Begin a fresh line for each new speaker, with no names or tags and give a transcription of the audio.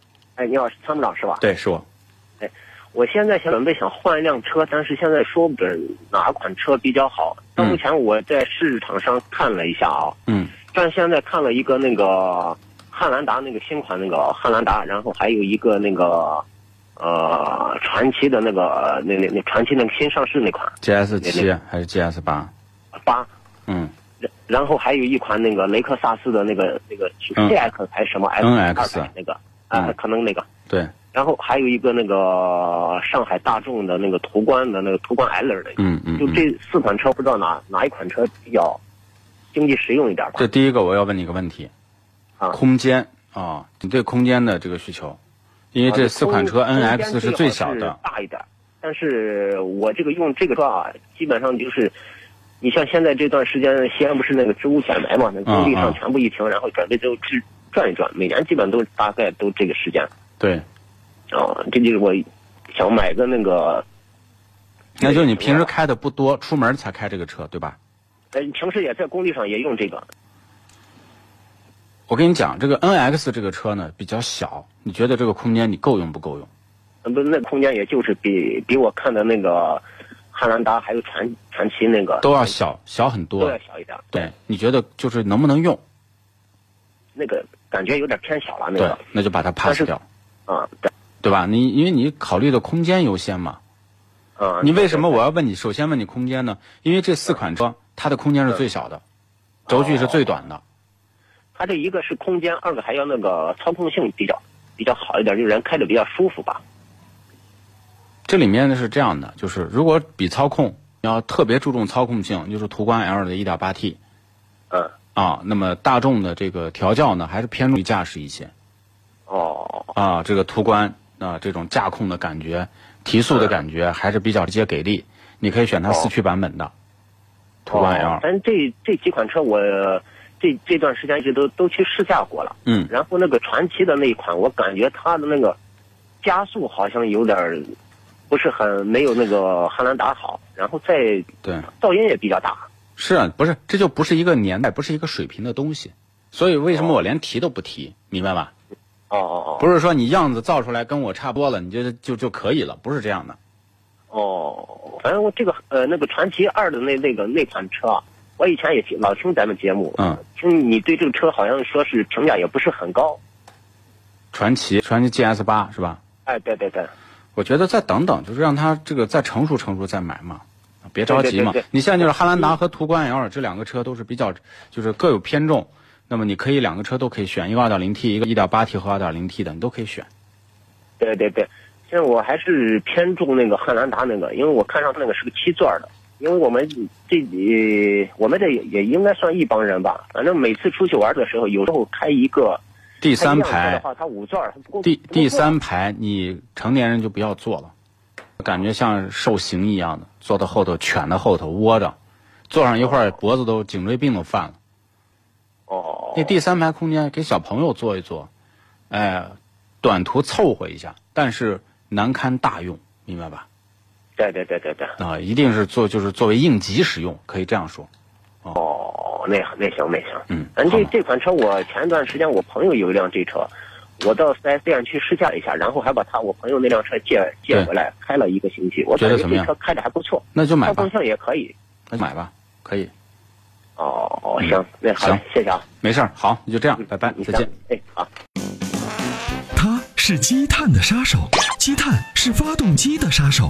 哎，你好，是参谋长是吧？
对，是我。
我现在想准备想换一辆车，但是现在说不准哪款车比较好。到目前我在市场上看了一下啊，
嗯
但是现在看了一个那个汉兰达那个新款那个汉兰达，然后还有一个那个呃传奇的那个那那那传奇那个新上市那款
，GS 七还是 GS 八？
八，
嗯
然然后还有一款那个雷克萨斯的那个那个
嗯
CX 还是什么 X
NX
那个啊、
嗯
可能那个。
对，
然后还有一个那个上海大众的那个途观的那个途观 L 的，
嗯嗯
就
嗯
这四款车，不知道哪哪一款车比较经济实用一点吧
这？第一个我要问你一个问题，
啊
空间啊、你对空间的这个需求，因为这四款车
啊空间
NX 是最小
最好
的
是，大一点。但是我这个用这个车啊，基本上就是，你像现在这段时间，西安不是那个知乎减排
嗯
嘛，那工地上全部一停，然后准备就去转一转，每年基本都大概都这个时间
对，
啊，这就是我想买个那个。
那就是你平时开的不多，出门才开这个车，对吧？
呃，平时也在工地上也用这个，
我跟你讲，这个 NX 这个车呢比较小，你觉得这个空间你够用不够用？
呃不，那空间也就是比比我看的那个汉兰达还有传传奇那个
都要小小很
都要
多，
小一点，
对，你觉得就是能不能用？
那个感觉有点偏小了那
对
个，
那就把它
但
pass
是
掉，
啊，对
对吧？你因为你考虑的空间优先嘛，
啊，
你为什么我要问你？首先问你空间呢？因为这四款车它的空间是最小的，轴距是最短的。
它这一个是空间，二个还要那个操控性比较比较好一点，就人开着比较舒服吧。
这里面呢是这样的，就是如果比操控，你要特别注重操控性，就是途观 L 的 1.8T
嗯，
啊，那么大众的这个调教呢，还是偏重于驾驶一些
哦，
啊。这个途观啊，这种驾控的感觉、提速的感觉还是比较直接给力。你可以选它四驱版本的途观 L，、
哦咱这这几款车我这这段时间一直都都去试驾过了，
嗯，
然后那个传奇的那一款，我感觉它的那个加速好像有点儿不是很没有那个汉兰达好，然后再
对。
噪音也比较大。
是啊，不是，这就不是一个年代，不是一个水平的东西。所以为什么我连提都不提，明白吧？
哦哦哦
不是说你样子造出来跟我差不多了，你就就就可以了，不是这样的。
哦，反正我这个呃那个传奇二的那那个那款车，啊，我以前也听老听咱们节目，
嗯，
听你对这个车好像说是评价也不是很高。
传奇，传奇 GS 八是吧？
哎，对对对，
我觉得再等等，就是让它这个再成熟成熟再买嘛，别着急嘛。
对对对对嗯
你现在就是汉兰达和途观 L 这两个车都是比较，就是各有偏重。那么你可以两个车都可以选，一个 2.0T，一个 1.8T 和 2.0T 的，你都可以选。
对对对，现在我还是偏重那个汉兰达那个，因为我看上它那个是个七座的。因为我们这呃，我们这也也应该算一帮人吧，反正每次出去玩的时候，有时候开一个
第三
开一辆车的
排，
话，它五座儿它不够。
第
不够
第
坐
三排，你成年人就不要坐了，感觉像受刑一样的，坐到后头，蜷到后头窝着，坐上一会儿脖子都颈椎病都犯了。
哦，
那第三排空间给小朋友坐一坐，哎，短途凑合一下，但是难堪大用，明白吧？
对对对对对，
啊、一定是做就是作为应急使用，可以这样说。
哦，那那行那行，
嗯
咱
好
这
嘛
这款车我前段时间我朋友有一辆这车，我到 4S 店去试驾了一下，然后还把他我朋友那辆车借借
对
回来开了一个星期，我
觉
感
得
觉
怎么
这
样
车开着还不错，
那就买
操
吧
控，性也可以。
那就买吧，可以，
哦哦，行，那好嘞
嗯行，
谢谢啊，
没事儿，好，那就这样，拜拜，
嗯
再见。。
哎，好。
他是是积碳的杀手，积碳是发动机的杀手。